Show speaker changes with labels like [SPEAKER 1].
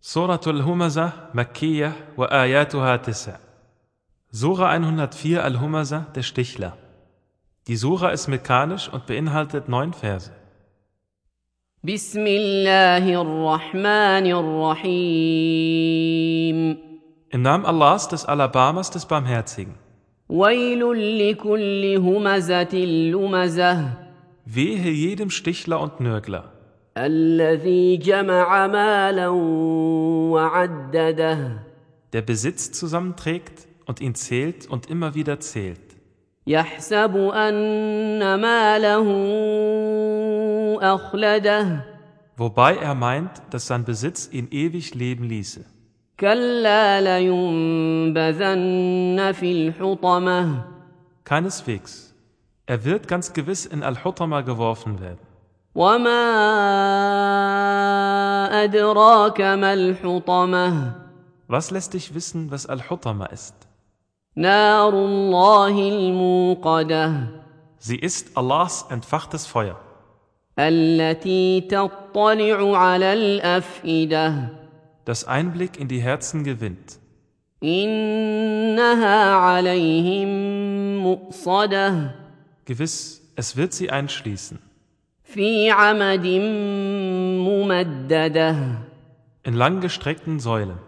[SPEAKER 1] Surah Al-Humazah, Makkiyah, wa ayatuha tisa. Surah 104 Al-Humazah, der Stichler. Die Surah ist mekanisch und beinhaltet neun Verse.
[SPEAKER 2] بسم الله الرحمن الرحيم
[SPEAKER 1] Im Namen Allahs, des Alabamas, des Barmherzigen.
[SPEAKER 2] ويل لكل همزه لمزه
[SPEAKER 1] Wehe jedem Stichler und Nörgler,
[SPEAKER 2] الذي جمع مالا وعدده
[SPEAKER 1] der Besitz zusammenträgt und ihn zählt und immer wieder zählt.
[SPEAKER 2] يحسب ان ماله اخلده
[SPEAKER 1] Wobei er meint, dass sein Besitz ihn ewig leben ließe.
[SPEAKER 2] كلا لينبذن في الحطمه
[SPEAKER 1] Keineswegs. Er wird ganz gewiss in Al-Hutama geworfen werden.
[SPEAKER 2] وما ادراك ما الحطمه
[SPEAKER 1] Was lässt dich wissen, was Al-Hutama ist?
[SPEAKER 2] نار الله الموقده
[SPEAKER 1] Sie ist Allahs entfachtes Feuer,
[SPEAKER 2] التي تطلع على الافئده
[SPEAKER 1] das Einblick in die Herzen gewinnt.
[SPEAKER 2] انها عليهم مؤصده
[SPEAKER 1] Gewiss, es wird sie einschließen.
[SPEAKER 2] في عمد ممدده
[SPEAKER 1] In langgestreckten Säulen.